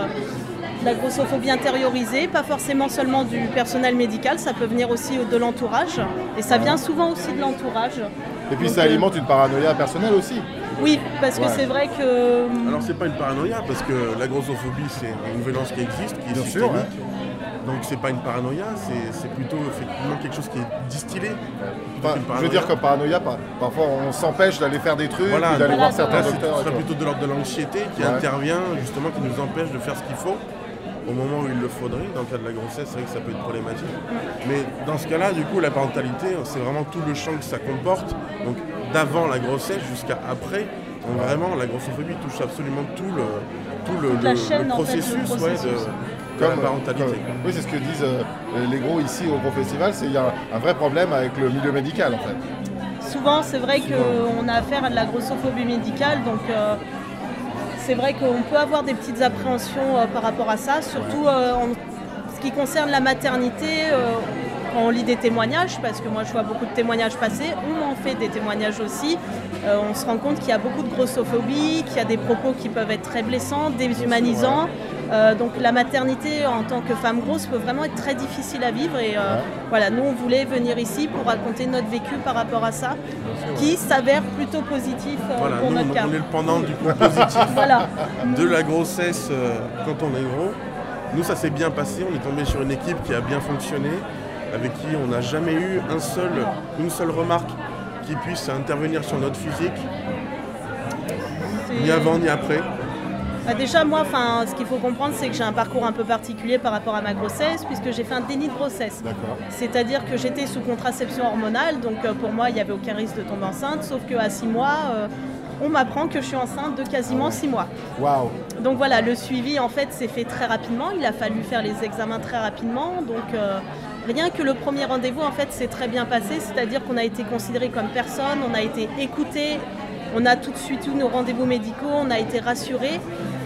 G: la grossophobie intériorisée, pas forcément seulement du personnel médical, ça peut venir aussi de l'entourage, et ça vient souvent aussi de l'entourage.
A: Et puis ça alimente une paranoïa personnelle aussi.
G: Oui, parce que
N: Ouais.
G: c'est vrai que...
N: Alors c'est pas une paranoïa parce que la grossophobie c'est une violence qui existe, qui est
A: Bien
N: systémique.
A: sûr,
N: Donc c'est pas une paranoïa, c'est- c'est plutôt effectivement quelque chose qui est distillé.
A: Enfin, je veux dire que paranoïa, par- parfois on s'empêche d'aller faire des trucs,
N: Voilà,
A: ou d'aller
N: donc
A: voir
N: là,
A: certains
N: c'est-
A: docteurs.
N: Ce
A: et
N: serait
A: tout.
N: plutôt de l'ordre de l'anxiété qui
A: Ouais.
N: intervient justement, qui nous empêche de faire ce qu'il faut au moment où il le faudrait. Dans le cas de la grossesse, c'est vrai que ça peut être problématique. Mais dans ce cas-là, du coup, la parentalité, c'est vraiment tout le champ que ça comporte. Donc d'avant la grossesse jusqu'à après. Donc vraiment, la grossophobie touche absolument tout le, tout le,
G: Toute la
N: le- le
G: chaîne, en fait, du
N: processus, ouais,
G: processus.
N: de, de la
A: Comme-
N: parentalité.
A: comme- oui, c'est ce que disent euh, les gros ici au Gros Festival, c'est qu'il y a un, un vrai problème avec le milieu médical en fait.
G: Souvent, c'est vrai qu'on a affaire à de la grossophobie médicale, donc euh, c'est vrai qu'on peut avoir des petites appréhensions euh, par rapport à ça, surtout euh, en ce qui concerne la maternité. euh, quand on lit des témoignages, parce que moi je vois beaucoup de témoignages passer, on en fait des témoignages aussi, euh, on se rend compte qu'il y a beaucoup de grossophobie, qu'il y a des propos qui peuvent être très blessants, déshumanisants. Euh, donc la maternité en tant que femme grosse peut vraiment être très difficile à vivre et euh, voilà, nous on voulait venir ici pour raconter notre vécu par rapport à ça,
N: sûr, ouais.
G: qui s'avère plutôt positif euh,
N: Voilà,
G: pour
N: nous,
G: notre
N: on-
G: cas.
N: on est le pendant du coup positif
G: Voilà.
N: de la grossesse euh, quand on est gros. Nous, ça s'est bien passé. On est tombé sur une équipe qui a bien fonctionné, avec qui on n'a jamais eu un seul, une seule remarque qui puisse intervenir sur notre physique, ni
G: C'est-
N: avant ni après.
G: Bah, déjà moi, enfin, ce qu'il faut comprendre c'est que j'ai un parcours un peu particulier par rapport à ma grossesse puisque j'ai fait un déni de grossesse. C'est-à-dire que j'étais sous contraception hormonale, donc euh, pour moi, il n'y avait aucun risque de tomber enceinte, sauf qu'à 6 mois, euh, on m'apprend que je suis enceinte de quasiment 6 mois.
A: Waouh
G: Donc voilà, le suivi en fait s'est fait très rapidement, il a fallu faire les examens très rapidement, donc euh, rien que le premier rendez-vous en fait s'est très bien passé, c'est-à-dire qu'on a été considéré comme personne, on a été écouté, on a tout de suite eu nos rendez-vous médicaux, on a été rassuré.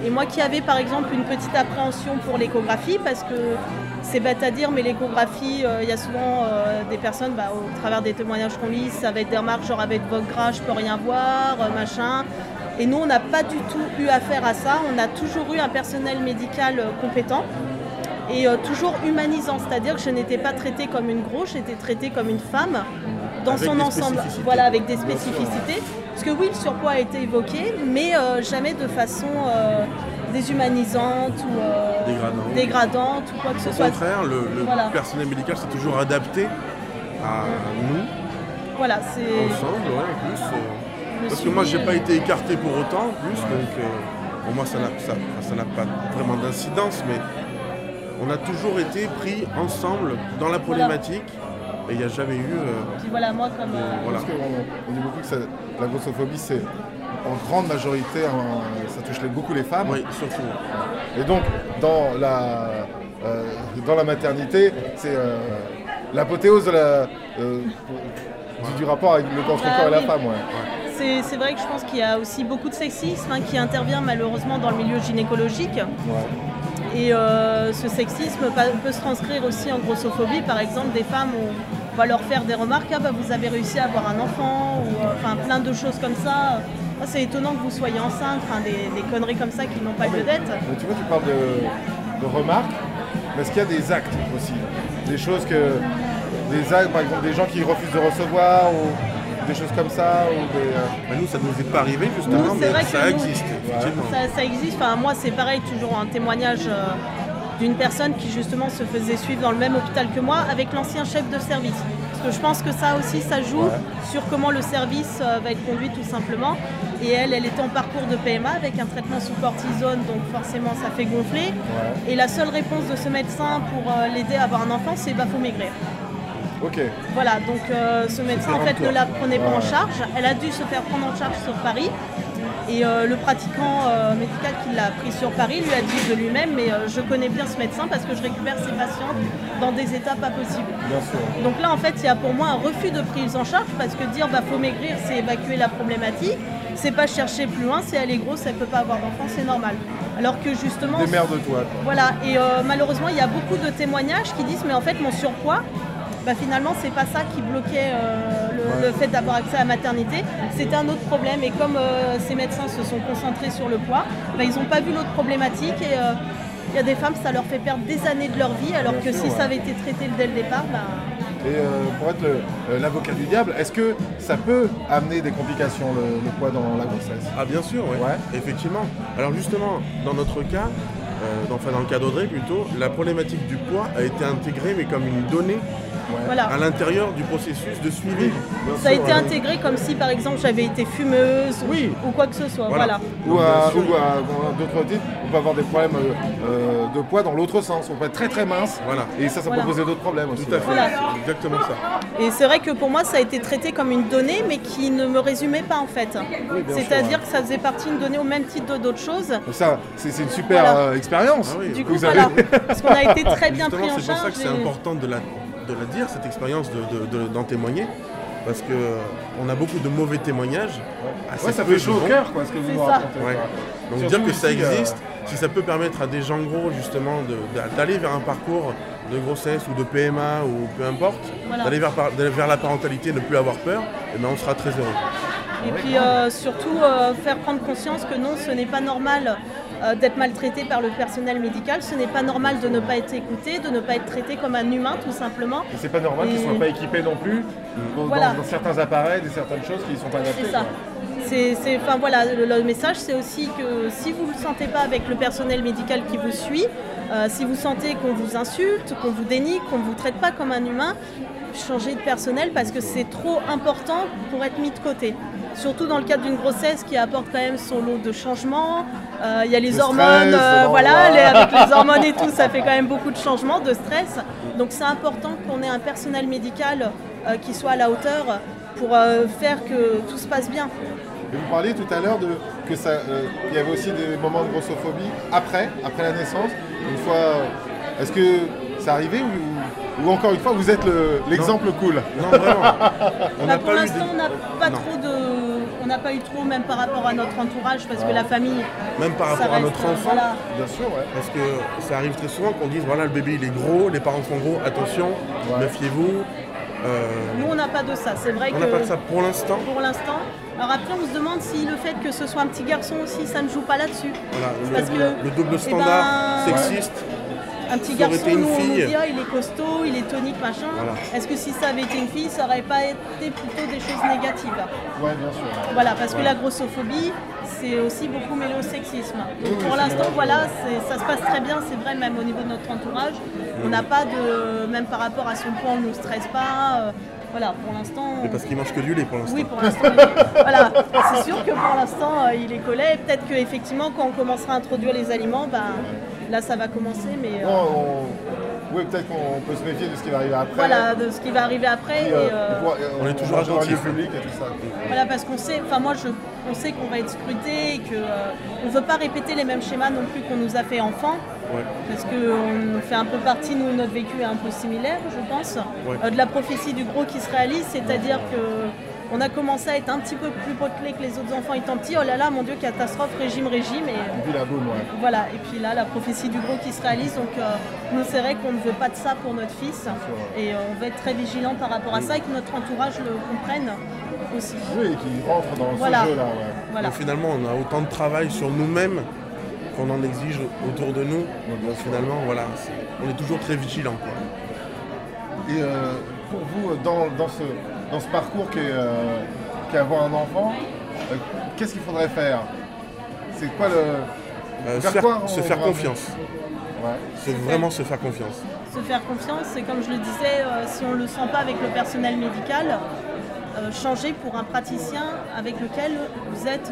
G: Et moi qui avais par exemple une petite appréhension pour l'échographie, parce que c'est bête à dire, mais l'échographie, euh, il y a souvent euh, des personnes, bah, au travers des témoignages qu'on lit, ça va être des remarques genre avec votre gras, je peux rien voir, euh, machin. Et nous, on n'a pas du tout eu affaire à ça. On a toujours eu un personnel médical euh, compétent et euh, toujours humanisant. C'est-à-dire que je n'étais pas traitée comme une grosse, j'étais traitée comme une femme dans
O: Avec
G: son
O: des
G: ensemble.
O: spécificités.
G: Voilà, avec des
O: Bien sûr.
G: spécificités. Parce que oui, le surpoids a été évoqué, mais euh, jamais de façon euh, déshumanisante ou euh,
N: Dégradante.
G: dégradante ou quoi que ce
N: Au
G: soit.
N: contraire, le, le
G: Voilà.
N: personnel médical s'est toujours adapté à nous,
G: Voilà, c'est.
N: ensemble, ouais, en plus. euh,
G: Le
N: parce que moi, j'ai
G: suivi,
N: pas
G: euh,
N: été écarté pour autant, en plus, donc euh, pour moi, ça n'a ça- enfin, ça n'a pas vraiment d'incidence, mais on a toujours été pris ensemble dans la problématique, et il n'y a jamais eu. euh,
G: Puis voilà, moi comme. euh,
N: Voilà.
A: Parce qu'on on dit beaucoup que ça- la grossophobie, c'est en grande majorité, un- ça touche les- beaucoup les femmes.
N: Oui, surtout.
A: Et donc, dans la, euh, dans la maternité, c'est euh, l'apothéose de la, euh, du, du rapport avec le contre
G: Bah
A: corps et la
G: oui.
A: femme. ouais.
G: C'est c'est vrai que je pense qu'il y a aussi beaucoup de sexisme hein, qui intervient malheureusement dans le milieu gynécologique. Et euh, ce sexisme pa- peut se transcrire aussi en grossophobie. Par exemple, des femmes, on va leur faire des remarques Ah, bah, vous avez réussi à avoir un enfant, ou euh, enfin plein de choses comme ça. Ah, C'est étonnant que vous soyez enceinte, Enfin, des, des conneries comme ça qui n'ont pas lieu d'être.
A: Mais tu vois, tu parles de, de remarques, mais est-ce qu'il y a des actes aussi Des choses que. Des actes, par exemple, des gens qui refusent de recevoir, ou des choses comme ça ou des, euh,
N: Bah, nous, ça nous est pas arrivé, justement,
G: Nous, c'est
N: mais
G: vrai
N: ça
G: que nous-
N: existe, effectivement.
G: Ça, ça existe. Enfin, moi, c'est pareil, toujours un témoignage euh, d'une personne qui justement se faisait suivre dans le même hôpital que moi avec l'ancien chef de service. Parce que je pense que ça aussi, ça joue
O: Ouais.
G: sur comment le service euh, va être conduit tout simplement. Et elle, elle était en parcours de PMA avec un traitement sous cortisone, donc forcément, ça fait gonfler.
A: Ouais.
G: Et la seule réponse de ce médecin pour euh, l'aider à avoir un enfant, c'est bah, faut maigrir.
A: Ok.
G: Voilà, donc euh, ce médecin en fait ne la prenait pas en
A: Ouais.
G: charge. Elle a dû se faire prendre en charge sur Paris. Et euh, le pratiquant euh, médical qui l'a pris sur Paris lui a dit de lui-même Mais euh, je connais bien ce médecin parce que je récupère ses patientes dans des états pas possibles.
A: Bien sûr.
G: Donc là, en fait, il y a pour moi un refus de prise en charge parce que dire bah faut maigrir, c'est évacuer la problématique, c'est pas chercher plus loin, c'est elle est grosse, elle peut pas avoir d'enfant, c'est normal. Alors que justement.
A: Des mères de toi. quoi.
G: Voilà, et euh, malheureusement, il y a beaucoup de témoignages qui disent mais en fait, mon surpoids, bah, finalement, c'est pas ça qui bloquait euh, le,
A: Ouais.
G: le fait d'avoir accès à la maternité, c'était un autre problème. Et comme euh, ces médecins se sont concentrés sur le poids, bah, ils n'ont pas vu l'autre problématique et. euh, Il y a des femmes, ça leur fait perdre des années de leur vie, alors
A: Bien
G: que
A: sûr,
G: si
A: ouais.
G: ça avait été traité dès le départ, bah,
A: Et euh, pour être le- euh, l'avocat du diable, est-ce que ça peut amener des complications le, le poids dans la grossesse
N: Ah bien sûr, oui. Effectivement. Alors justement, dans notre cas, euh, dans- enfin dans le cas d'Audrey plutôt, la problématique du poids a été intégrée mais comme une donnée
G: Voilà.
N: à l'intérieur du processus de suivi.
G: ça a été intégré comme si par exemple j'avais été fumeuse ou- ou, quoi que ce soit. Voilà.
A: Ou à, ou à- dans d'autres titres, on peut avoir des problèmes euh, euh, de poids dans l'autre sens. On peut être très très mince. Et ça, ça peut
G: Voilà.
A: poser d'autres problèmes aussi.
N: Tout à fait.
G: Voilà.
N: C'est exactement ça.
G: Et c'est vrai que pour moi, ça a été traité comme une donnée, mais qui ne me résumait pas en fait.
A: Oui, bien sûr,
G: C'est-à-dire
A: ouais.
G: que ça faisait partie d'une donnée au même titre de d'autres choses.
A: Donc ça, c'est c'est une super
G: Voilà. Ah
A: euh, expérience.
G: Du
A: que
G: coup,
A: vous avez.
G: voilà. Parce qu'on a été très bien
N: Justement,
G: pris en
N: C'est pour ça
G: charge.
N: que c'est
G: et-
N: important de la, de la dire, cette expérience, de- de- de- d'en témoigner. Parce que euh, on a beaucoup de mauvais témoignages. assez
A: Ouais, ça
N: peu
A: fait
N: de
A: chaud au
N: bons.
A: cœur, quoi, ce que vous C'est nous ça. racontez,
N: Ouais.
A: quoi.
N: Donc
A: Surtout
N: dire que ça
A: ici, euh,
N: existe, si ça peut permettre à des gens gros justement de- d'a- d'aller vers un parcours de grossesse ou de PMA ou peu importe,
G: Voilà.
N: d'aller vers, par- d'aller vers la parentalité, ne plus avoir peur, et ben on sera très heureux.
G: Et puis euh, surtout euh, faire prendre conscience que non, ce n'est pas normal euh, d'être maltraité par le personnel médical, ce n'est pas normal de ne pas être écouté, de ne pas être traité comme un humain tout simplement.
A: Et c'est pas normal qu'ils ne soient
G: Et-
A: pas équipés non plus dans,
G: Voilà.
A: dans- dans certains appareils, des certaines choses qui ne sont pas adaptées.
G: C'est ça.
A: quoi.
G: C'est, c'est- enfin voilà, le, le message c'est aussi que si vous ne le sentez pas avec le personnel médical qui vous suit, euh, si vous sentez qu'on vous insulte, qu'on vous dénie, qu'on ne vous traite pas comme un humain, changez de personnel parce que c'est trop important pour être mis de côté. Surtout dans le cadre d'une grossesse qui apporte quand même son lot de changements. Euh, Il y a les
F: Le
G: hormones,
F: stress,
G: euh,
F: bon,
G: voilà,
F: voilà.
G: les- avec les hormones et tout, ça fait quand même beaucoup de changements, de stress. Donc c'est important qu'on ait un personnel médical euh, qui soit à la hauteur pour euh, faire que tout se passe bien.
A: Et vous parliez tout à l'heure de que ça, euh, il y avait aussi des moments de grossophobie après, après la naissance. Une fois, euh, est-ce que ça arrivait ou, ou- ou encore une fois vous êtes le- l'exemple cool
N: Non vraiment.
G: Bah, pour l'instant, on n'a pas trop de, on n'a pas eu trop, même par rapport à notre entourage, parce que la famille.
N: Même par
G: ça
N: rapport à
G: reste,
N: notre
G: euh,
N: enfant,
G: voilà.
A: bien sûr,
N: parce que ça arrive très souvent qu'on dise voilà le bébé il est gros, les parents sont gros, attention, méfiez-vous. Euh,
G: Nous, on n'a pas de ça. C'est vrai
N: on
G: que.
N: n'a pas de ça pour l'instant.
G: Pour l'instant. Alors après, on se demande si le fait que ce soit un petit garçon aussi, ça ne joue pas là-dessus.
N: Voilà, le,
G: Parce que,
N: le double
G: eh
N: standard
G: ben,
N: sexiste.
G: Un petit
N: ça aurait
G: garçon,
N: été une
G: nous, on nous
N: fille.
G: dit, ah, il est costaud, il est tonique, machin.
N: Voilà.
G: Est-ce que si ça avait été une fille, ça aurait pas été plutôt des choses négatives
A: Ouais, bien sûr.
G: Voilà, parce que
A: Ouais.
G: la grossophobie, c'est aussi beaucoup mêlé au sexisme. Donc,
A: Oui,
G: pour
A: c'est
G: l'instant,
A: vrai.
G: voilà, c'est- ça se passe très bien, c'est vrai, même au niveau de notre entourage. On n'a pas de. Même par rapport à son poids, on ne nous stresse pas. euh, voilà, pour l'instant.
N: Mais parce qu'il mange que du lait pour l'instant.
G: Oui, pour l'instant. il- voilà, c'est sûr que pour l'instant, euh, il est collé. Et Peut-être qu'effectivement, quand on commencera à introduire les aliments, ben, là, ça va commencer. Mais euh,
A: Non, on- Oui, peut-être qu'on peut se méfier de ce qui va arriver après.
G: voilà, de ce qui va arriver après.
A: Et,
G: et,
A: euh,
G: euh,
A: pour- euh,
N: On est toujours
A: en général,
N: attentif.
A: Le public et tout ça.
G: Voilà, parce qu'on sait, enfin moi, je, on sait qu'on va être scruté et qu'on ne veut pas répéter les mêmes schémas non plus qu'on nous a fait enfant, parce qu'on fait un peu partie, nous, notre vécu est un peu similaire, je pense,
N: Ouais.
G: euh, de la prophétie du gros qui se réalise, c'est-à-dire que on a commencé à être un petit peu plus potelé que les autres enfants étant petits, oh là là, mon Dieu, catastrophe, régime, régime,
A: Et
G: et euh,
A: puis la boum, ouais.
G: voilà, et puis là, la prophétie du gros qui se réalise, donc euh, nous, c'est vrai qu'on ne veut pas de ça pour notre fils, et euh, on va être très vigilant par rapport à ça, et que notre entourage le comprenne aussi.
A: Oui, et qui rentre dans
G: Voilà.
A: ce jeu-là. ouais.
G: Voilà.
N: Donc finalement, on a autant de travail sur nous-mêmes qu'on en exige autour de nous. Donc finalement, voilà, c'est- on est toujours très vigilant.
A: Et euh, pour vous, euh, dans, dans ce, dans ce parcours qu'est euh, qu'est avoir un enfant, euh, qu'est-ce qu'il faudrait faire C'est quoi le.
N: Euh,
A: vers
N: se
A: quoi
N: faire-
A: on
N: se faire
A: va-
N: confiance.
A: Ouais.
N: C'est vraiment se faire confiance.
G: Se faire confiance, c'est comme je le disais, euh, si on ne le sent pas avec le personnel médical, euh, changer pour un praticien avec lequel vous êtes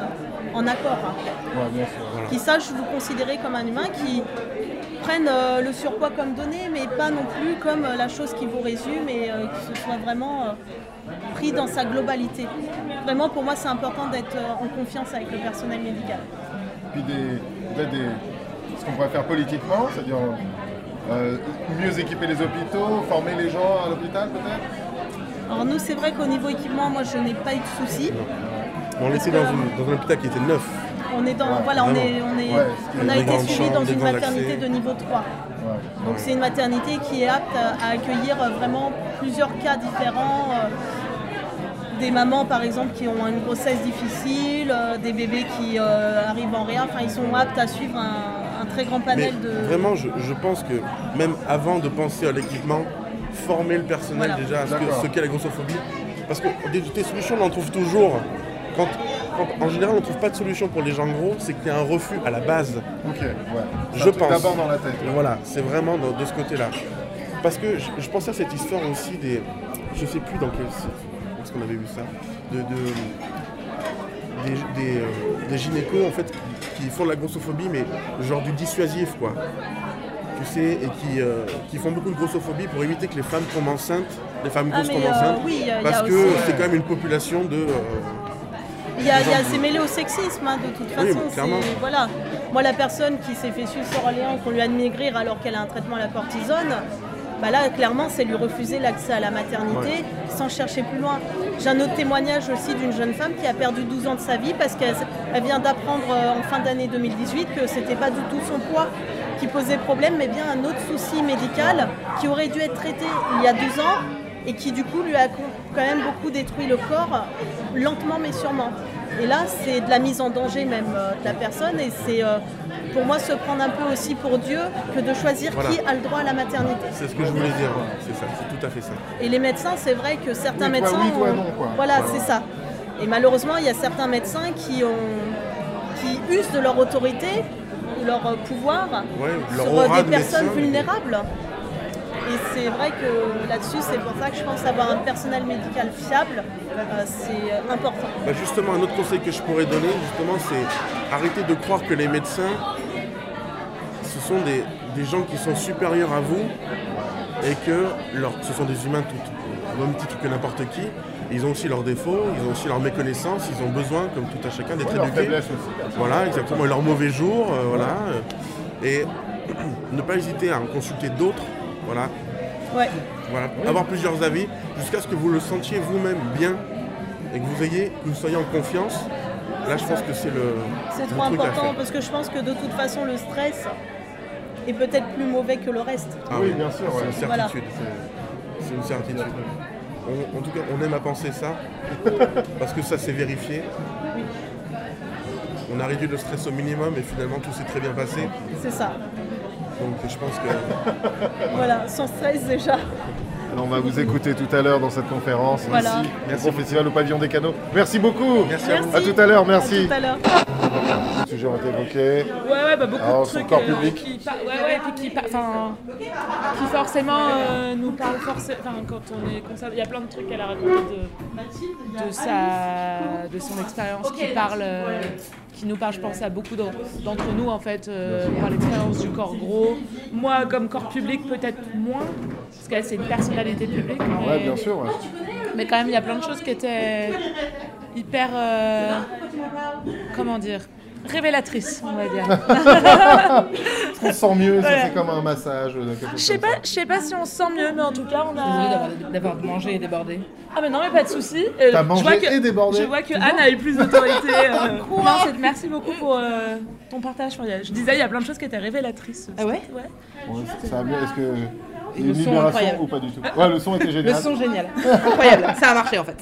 G: en accord. hein.
A: Ouais, bien sûr. Voilà.
G: Qui sache vous considérer comme un humain, qui prenne euh, le surpoids comme donné, mais pas non plus comme euh, la chose qui vous résume et euh, que ce soit vraiment euh, pris dans sa globalité. Vraiment, pour moi, c'est important d'être euh, en confiance avec le personnel médical.
A: Puis des, peut-être des, ce qu'on pourrait faire politiquement, c'est-à-dire euh, mieux équiper les hôpitaux, former les gens à l'hôpital peut-être
G: Alors nous, c'est vrai qu'au niveau équipement, moi, je n'ai pas eu de soucis.
N: On
G: Parce
N: était
G: que-
N: dans, une- dans un hôpital qui était neuf.
G: On est dans,
N: Ouais,
G: voilà, on
N: vraiment.
G: est, on est,
N: Ouais,
G: on a
N: des
G: été
N: grandes
G: suivi
N: chambres,
G: dans
N: des
G: une
N: grands
G: maternité
N: accès.
G: de niveau 3. Donc
N: Ouais.
G: c'est une maternité qui est apte à, à accueillir euh, vraiment plusieurs cas différents. euh, des mamans par exemple qui ont une grossesse difficile, euh, des bébés qui euh, arrivent en réa, enfin ils sont aptes à suivre un, un très grand panel
N: Mais
G: de.
N: Vraiment, je, je pense que même avant de penser à l'équipement, former le personnel
G: Voilà.
N: déjà à ce, que-
G: D'accord.
N: ce qu'est la grossophobie. Parce que des, des solutions, on en trouve toujours. Quand, quand- en général, on trouve pas de solution pour les gens gros, c'est qu'il y a un refus à la base.
A: Ok, ouais. C'est
N: Je
A: un truc
N: pense.
A: d'abord dans la tête.
N: Voilà, c'est vraiment de, de ce côté-là. Parce que je, je pensais à cette histoire aussi des. Je sais plus dans quel site, où est-ce qu'on avait vu ça. De, de- des, des, euh, des gynécos en fait qui, qui font de la grossophobie, mais genre du dissuasif quoi. Tu sais, et qui, euh, qui font beaucoup de grossophobie pour éviter que les femmes tombent enceintes, les femmes
G: Ah,
N: grosses
G: mais,
N: tombent
G: euh,
N: enceintes.
G: oui, il y a- il y a
N: parce que
G: aussi,
N: c'est
G: euh,
N: quand même une population de. euh,
G: Il y a,
N: des
G: il y a-
N: gens
G: c'est mêlé au sexisme hein, de toute
N: Oui,
G: façon.
N: clairement.
G: c'est- voilà. Moi, la personne qui s'est fait sucer sur Orléans, qu'on lui a de maigrir alors qu'elle a un traitement à la cortisone, bah là, clairement, c'est lui refuser l'accès à la maternité sans chercher plus loin. J'ai un autre témoignage aussi d'une jeune femme qui a perdu 12 ans de sa vie parce qu'elle elle vient d'apprendre euh, en fin d'année 2018 que c'était pas du tout son poids qui posait problème, mais bien un autre souci médical qui aurait dû être traité il y a deux ans et qui du coup lui a con- quand même beaucoup détruit le corps, lentement mais sûrement. Et là, c'est de la mise en danger même euh, de la personne et c'est euh, pour moi se prendre un peu aussi pour Dieu que de choisir
N: Voilà.
G: qui a le droit à la maternité.
N: C'est ce que je voulais dire, c'est ça, c'est tout à fait ça.
G: Et les médecins, c'est vrai que certains
N: Oui, toi
G: médecins.
N: oui, toi
G: ont-
N: non, quoi.
G: Voilà,
N: Voilà.
G: c'est ça. Et malheureusement, il y a certains médecins qui, ont... qui usent de leur autorité, de leur euh, pouvoir
N: Ouais, leur
G: sur euh,
N: aura
G: des
N: de
G: personnes
N: médecin.
G: vulnérables. Et c'est vrai que là-dessus, c'est pour ça que je pense avoir un personnel médical fiable, euh, c'est euh, important.
N: Bah, justement, un autre conseil que je pourrais donner, justement, c'est arrêter de croire que les médecins, ce sont des, des gens qui sont supérieurs à vous et que leur- ce sont des humains tout, au même titre que n'importe qui. Ils ont aussi leurs défauts, ils ont aussi leurs méconnaissances, ils ont besoin, comme tout à chacun, d'être
A: Ouais, leurs
N: éduqués.
A: faiblesses aussi.
N: Voilà, exactement, et leurs mauvais jours, euh, voilà. Et ne pas hésiter à en consulter d'autres, voilà.
G: Ouais.
N: Voilà, avoir plusieurs avis jusqu'à ce que vous le sentiez vous-même bien et que vous ayez, que vous soyez en confiance. Là, je pense que c'est le,
G: C'est
N: le
G: trop
N: truc à
G: important
N: faire.
G: parce que je pense que de toute façon, le stress est peut-être plus mauvais que le reste.
N: Ah oui, bien sûr, c'est une
G: Voilà.
N: certitude. C'est- C'est une certitude. On- en tout cas, on aime à penser ça parce que ça c'est vérifié. On a réduit le stress au minimum et finalement tout s'est très bien passé.
G: C'est ça.
N: Donc je pense que
G: Voilà, sans stress déjà.
A: Alors, on va vous écouter tout à l'heure dans cette conférence
G: Voilà.
A: ici,
N: Merci
A: au Festival au Pavillon des Canaux. Merci beaucoup.
N: Merci
G: à vous.
A: À tout à l'heure, merci.
G: À tout à l'heure.
A: Ah. Les sujets ont été évoqués.
K: Ouais, ouais, bah beaucoup
A: Alors,
K: de
A: sur le
K: trucs
A: corps
K: euh,
A: public.
K: qui, par- ouais, ouais, et puis qui, par- enfin, qui forcément euh, nous parlent forcément. Enfin, quand on est conservé, il y a plein de trucs qu'elle a raconté de, de, sa, de son expérience qui parle, euh, qui nous parle, je pense, à beaucoup d'en- d'entre nous en fait, euh, par l'expérience du corps gros. Moi, comme corps public, peut-être moins, parce qu'elle c'est une personnalité publique.
A: Ouais,
K: mais-
A: bien sûr. ouais.
K: mais quand même, il y a plein de choses qui étaient hyper. euh, comment dire Révélatrices, on va dire.
A: Est-ce qu'on se sent mieux si
K: Voilà.
A: c'est comme un massage euh, quelque
K: Je
A: chose
K: sais pas, je sais pas si on se sent mieux, mais en tout cas, on a.
F: D'avoir mangé et débordé.
K: Ah, mais non, mais pas de souci. Euh,
A: T'as
K: je
A: mangé
K: vois que-
A: et débordé. Ah,
K: Je vois que
A: Toujours.
K: Anne a eu plus d'autorité. euh, non, c'est- merci beaucoup pour euh, ton partage. Enfin, il y a- Je disais, il y a plein de choses qui étaient révélatrices. Ah ouais
A: Ouais, ça va bien, est-ce que.
K: le
A: Une
K: son
A: libération
K: incroyable.
A: ou pas du tout Ouais, le son était génial.
K: génial.
F: Incroyable, ça a marché en fait.